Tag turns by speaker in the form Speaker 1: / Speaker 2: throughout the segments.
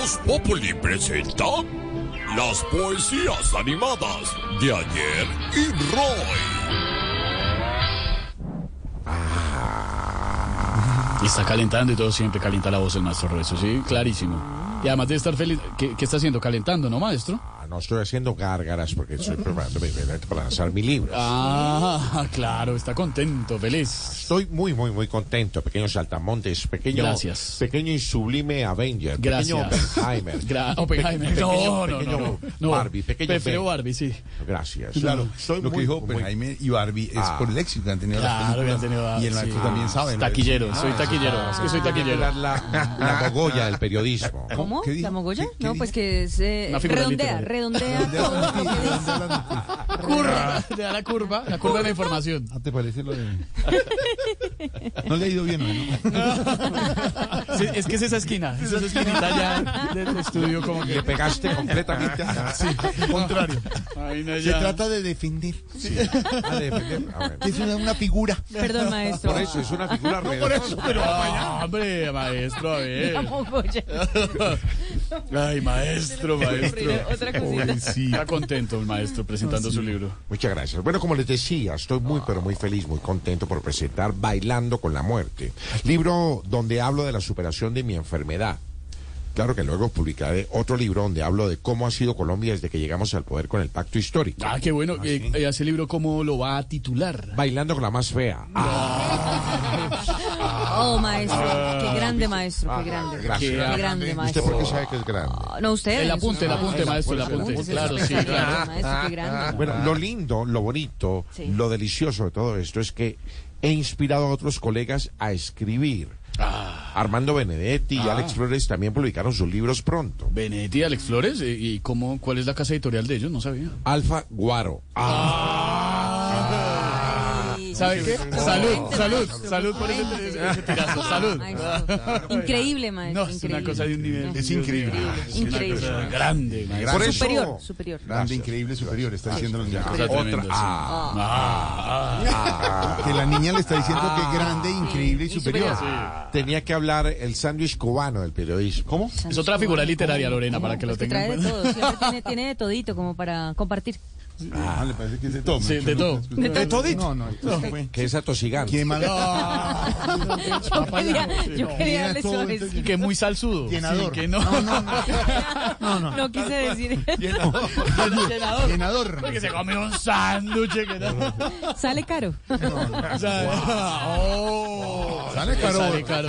Speaker 1: Voz Populi presenta las poesías animadas de ayer y Roy.
Speaker 2: Y está calentando y todo siempre calienta la voz del maestro Roy, eso sí, clarísimo. Y además de estar feliz, ¿qué, qué está haciendo? ¿Calentando, no, maestro?
Speaker 3: Ah, No estoy haciendo gárgaras porque estoy preparando mi vela para lanzar mi libro.
Speaker 2: Ah, claro, está contento, feliz.
Speaker 3: Estoy muy, muy, muy contento. Pequeño Saltamontes, pequeño,
Speaker 2: Gracias.
Speaker 3: pequeño y sublime Avenger,
Speaker 2: Gracias.
Speaker 3: pequeño Oppenheimer.
Speaker 2: Gra- Oppenheimer.
Speaker 3: Pe-
Speaker 2: No,
Speaker 3: pequeño-
Speaker 2: no, no, no,
Speaker 3: pequeño
Speaker 2: no.
Speaker 3: Barbie, pequeño
Speaker 2: Prefiero
Speaker 3: Ben.
Speaker 2: Barbie, sí.
Speaker 3: Gracias.
Speaker 4: Claro,
Speaker 3: Soy
Speaker 4: lo
Speaker 3: muy-
Speaker 4: que dijo
Speaker 3: muy-
Speaker 4: Oppenheimer y Barbie es
Speaker 3: Ah.
Speaker 4: por el éxito que han tenido las
Speaker 2: Claro,
Speaker 4: películas.
Speaker 2: habían tenido Barbie,
Speaker 4: y el maestro
Speaker 2: sí.
Speaker 4: también sabe. ¿no? Ah,
Speaker 2: Taquillero, soy taquillero, es que soy taquillero.
Speaker 3: la, la mogolla del periodismo.
Speaker 5: ¿Cómo?
Speaker 4: ¿Qué dijo?
Speaker 5: ¿La mogolla?
Speaker 4: ¿Qué- qué
Speaker 5: no,
Speaker 4: dijo?
Speaker 5: pues que es. eh,
Speaker 2: Una figura
Speaker 5: redondea,
Speaker 2: literaria.
Speaker 5: redondea.
Speaker 4: Ya
Speaker 5: todo lo
Speaker 4: hablan
Speaker 5: que
Speaker 4: de-
Speaker 5: dice.
Speaker 4: ya hablan de-
Speaker 2: Curva, le da la curva, la curva de la información.
Speaker 4: Ah, ¿Te parece lo de.? No le ha ido bien, ¿no?
Speaker 2: Sí, es que es esa esquina, es esa esquinita ya del estudio como que...
Speaker 3: Le pegaste completamente a,
Speaker 4: Sí, contrario.
Speaker 2: Ay, no,
Speaker 4: Se
Speaker 2: ya.
Speaker 4: trata de defender.
Speaker 3: a defender. A ver,
Speaker 4: Es una, una figura.
Speaker 5: Perdón, maestro.
Speaker 3: Por eso es una figura redonda.
Speaker 2: Ah, hombre, maestro, a
Speaker 5: La
Speaker 2: ver.
Speaker 5: mogolla.
Speaker 2: Ay, maestro, maestro. Ah,
Speaker 5: Otra cosita.
Speaker 4: Uy, sí.
Speaker 2: Está contento el maestro presentando su libro.
Speaker 3: Muchas gracias. Bueno, como les decía, estoy muy, pero muy feliz, muy contento por presentar Bailando con la Muerte, libro donde hablo de la superación de mi enfermedad. Claro que luego publicaré otro libro donde hablo de cómo ha sido Colombia desde que llegamos al poder con el pacto histórico.
Speaker 2: Ah, qué bueno. Eh, eh, ese libro, ¿cómo lo va a titular?
Speaker 3: Bailando con la más fea. Ah,
Speaker 5: Oh, maestro. Qué grande, maestro. Qué grande.
Speaker 3: gracias.
Speaker 5: Qué grande,
Speaker 3: ¿Usted
Speaker 5: maestro.
Speaker 3: por qué sabe que es grande?
Speaker 5: Ah, No, usted.
Speaker 2: El apunte, el apunte, maestro, el apunte. Claro, sí, claro.
Speaker 5: Maestro, qué grande.
Speaker 3: Bueno, lo lindo, lo bonito,
Speaker 5: Sí.
Speaker 3: lo delicioso de todo esto es que he inspirado a otros colegas a escribir. Armando Benedetti y Alex Flores también publicaron sus libros pronto.
Speaker 2: Benedetti, Alex Flores, eh, ¿y cómo, cuál es la casa editorial de ellos? No sabía.
Speaker 3: Alfa Guaro. Ah,
Speaker 5: Sí.
Speaker 2: ¿Sabe qué? Salud,
Speaker 5: Excelente,
Speaker 2: salud,
Speaker 5: maestro.
Speaker 2: salud por ese, ese tirazo, salud.
Speaker 5: Maestro. Increíble, maestro.
Speaker 2: No, es una cosa de un nivel. Ah,
Speaker 4: Es increíble.
Speaker 5: Increíble.
Speaker 2: Grande, maestro.
Speaker 3: Por eso-
Speaker 5: Superior, superior.
Speaker 4: Grande, increíble, superior. Está diciendo los niños.
Speaker 2: Está tremendo,
Speaker 3: otra.
Speaker 2: sí.
Speaker 3: Ah,
Speaker 2: Ah, ah.
Speaker 4: Que la niña le está diciendo que es grande, increíble y
Speaker 5: y
Speaker 4: superior.
Speaker 3: Ah, tenía que hablar el sándwich cubano del periodismo.
Speaker 4: ¿Cómo?
Speaker 2: Es otra figura literaria, Lorena,
Speaker 5: ¿Cómo?
Speaker 2: para que lo
Speaker 5: Es pues que
Speaker 2: tengan.
Speaker 5: trae de
Speaker 2: en
Speaker 5: todo, siempre tiene, tiene de todito como para compartir.
Speaker 4: Ah, le parece que es de todo.
Speaker 2: Sí, de todo.
Speaker 4: ¿De todito? pues, No, no, esto fue.
Speaker 3: Que es atosigante.
Speaker 4: Qué mal.
Speaker 5: Yo quería, yo quería darle
Speaker 4: Todo esto
Speaker 5: suavecito.
Speaker 2: cuenta. Que muy salsudo.
Speaker 4: Llenador.
Speaker 2: Sí, que no.
Speaker 5: No quise decir.
Speaker 2: Llenador.
Speaker 4: Llenador.
Speaker 2: Porque se come un sándwich. Que no.
Speaker 5: Sale caro.
Speaker 2: O sea, oh.
Speaker 4: Sale caro.
Speaker 2: Sale caro.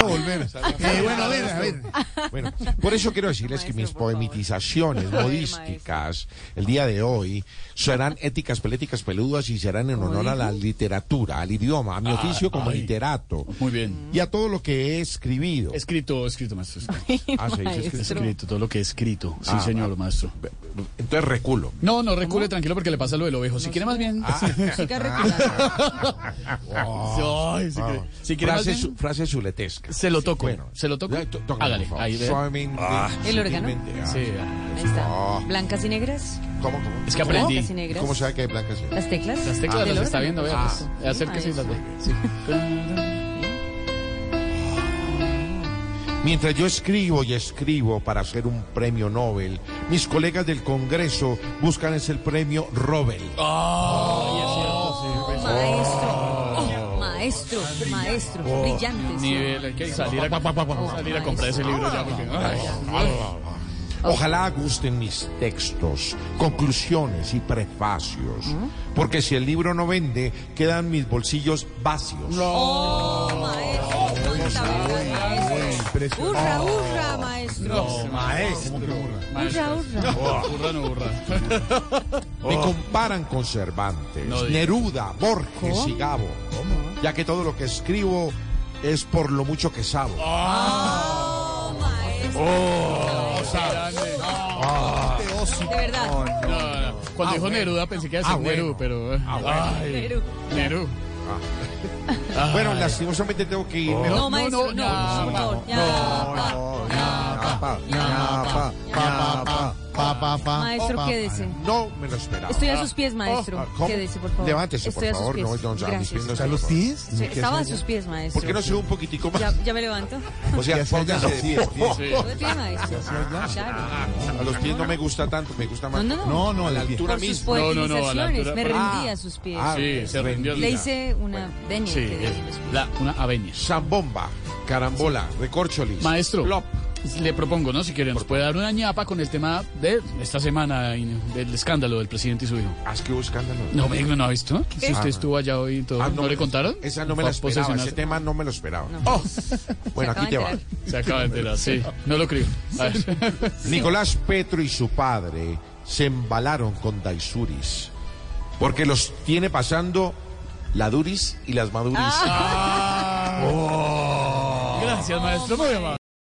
Speaker 4: Volver. Eh, bueno, a ver, a ver.
Speaker 3: Ah. Bueno, por eso quiero decirles que mis
Speaker 5: Maestro, por favor.
Speaker 3: poemitizaciones
Speaker 5: Joder,
Speaker 3: modísticas el día de hoy serán éticas, peléticas, peludas y serán en honor a la literatura, al idioma,
Speaker 4: Ah,
Speaker 3: a mi oficio como
Speaker 2: ay.
Speaker 3: literato
Speaker 2: Muy bien.
Speaker 3: y a todo lo que he escribido.
Speaker 2: Escrito, escrito, maestro. escrito.
Speaker 3: Ah, se dice escrito.
Speaker 2: Escrito, todo lo que he escrito. Sí,
Speaker 3: Ah,
Speaker 2: señor, maestro.
Speaker 3: Entonces reculo.
Speaker 2: No, no recule tranquilo porque le pasa lo del ovejo. Si quiere más bien.
Speaker 3: Ah.
Speaker 5: Chica reculada.
Speaker 2: Ay, si quiere, si quiere más
Speaker 3: Ah. Frase,
Speaker 2: bien,
Speaker 3: su- frase zuletesca.
Speaker 2: Se lo toco.
Speaker 3: Bueno,
Speaker 2: se lo toco.
Speaker 3: ya, tó- tócalo,
Speaker 2: Hágale.
Speaker 3: por favor.
Speaker 2: Ahí ve.
Speaker 3: Suavemente,
Speaker 5: El órgano.
Speaker 3: sutilmente, ah.
Speaker 2: Sí,
Speaker 5: Ahí está. Blancas y negras.
Speaker 3: ¿Cómo, cómo?
Speaker 2: es que
Speaker 3: ¿Cómo?
Speaker 2: aprendí.
Speaker 5: Blancas y negras.
Speaker 3: ¿Cómo sabe que hay blancas?
Speaker 5: Las teclas.
Speaker 2: Las
Speaker 3: Ah.
Speaker 2: teclas
Speaker 5: del
Speaker 2: las está viendo,
Speaker 5: órgano.
Speaker 2: vea.
Speaker 5: Sí,
Speaker 2: pues. Acérquese y las ve. Sí.
Speaker 3: Mientras yo escribo y escribo para hacer un premio Nobel, mis colegas del Congreso buscan ese
Speaker 2: Ah.
Speaker 3: premio Nobel.
Speaker 5: Maestro. Oh, Maestro, maestro,
Speaker 2: Oh,
Speaker 5: brillante. sí.
Speaker 2: nivel, hay que salir a, salir a comprar ese libro ya porque...
Speaker 3: Ah.
Speaker 2: ay.
Speaker 3: Ojalá gusten mis textos, conclusiones y prefacios,
Speaker 5: ¿Mm?
Speaker 3: porque si el libro no vende, quedan mis bolsillos vacíos.
Speaker 5: Hurra, hurra, maestro. Hurra, hurra.
Speaker 2: Burra no burra.
Speaker 3: Me comparan con Cervantes,
Speaker 2: Oh. No digas.
Speaker 3: Neruda, Borges
Speaker 2: ¿Cómo?
Speaker 3: y Gabo, ya que todo lo que escribo es por lo mucho que sabo.
Speaker 2: Oh, grande.
Speaker 3: Ah.
Speaker 5: De verdad.
Speaker 2: No, no, no. Cuando dijo Neruda pensé que iba a
Speaker 3: Ah,
Speaker 2: decir
Speaker 3: bueno.
Speaker 2: Neru, pero... eh. Ay,
Speaker 5: Perú.
Speaker 2: Neru.
Speaker 3: Bueno, lastimosamente tengo que irme.
Speaker 2: Oh.
Speaker 5: No, maestro, no, por favor. Ya, pa.
Speaker 3: Ah,
Speaker 5: Maestro, quédese.
Speaker 3: No me lo esperaba.
Speaker 5: Estoy a
Speaker 2: Ah.
Speaker 5: sus pies,
Speaker 2: Oh.
Speaker 5: maestro.
Speaker 3: Ah. Oh, ¿Cómo?
Speaker 5: Quédese, por favor.
Speaker 3: Levántese, por
Speaker 5: Estoy a sus
Speaker 3: favor.
Speaker 5: pies.
Speaker 3: No, don James,
Speaker 5: Gracias.
Speaker 3: no, por favor.
Speaker 5: Estoy- Estaba a sus pies, maestro.
Speaker 3: ¿Por qué no sube un poquitico más?
Speaker 5: Ya, ya me levanto.
Speaker 3: O sea, póngase de pie.
Speaker 2: Sí.
Speaker 5: ¿Todo tiene, maestro? Claro.
Speaker 3: A los pies no me gusta tanto, me gusta más.
Speaker 5: No, no, no.
Speaker 3: a la altura
Speaker 5: Por sus
Speaker 3: misma.
Speaker 2: No, no, no, a la
Speaker 5: poetizaciones.
Speaker 2: altura-
Speaker 5: Me rendí
Speaker 3: Ah.
Speaker 5: a sus pies.
Speaker 3: Ah, eh,
Speaker 2: Sí, se rindió.
Speaker 5: Le hice una venia
Speaker 2: Sí,
Speaker 5: que di a los pies.
Speaker 2: la, una avenia.
Speaker 3: Zambomba, carambola, recorcholis.
Speaker 2: Maestro,
Speaker 3: Plop.
Speaker 2: le propongo, ¿no? Si quiere, nos puede dar una ñapa con el tema de esta semana y del escándalo del presidente y su hijo.
Speaker 3: Haz Ah, que hubo escándalo.
Speaker 2: No, me no ha visto. Si usted estuvo allá hoy y todo.
Speaker 3: Ah,
Speaker 2: ¿No,
Speaker 3: me
Speaker 2: le
Speaker 3: lo-
Speaker 2: contaron?
Speaker 3: Esa no me
Speaker 2: Fue
Speaker 3: la
Speaker 2: a
Speaker 3: esperaba,
Speaker 2: posesionar-
Speaker 3: ese tema no me lo esperaba.
Speaker 2: Oh,
Speaker 3: Bueno,
Speaker 5: acaba
Speaker 3: aquí
Speaker 5: de
Speaker 3: te va.
Speaker 5: enterar.
Speaker 2: se acaba de enterar, sí. No lo creo. A ver.
Speaker 3: Nicolás Petro y su padre se embalaron con Daisuris porque los tiene pasando la Duris y las Maduris.
Speaker 5: Ah.
Speaker 2: Gracias, maestro. Muy amable.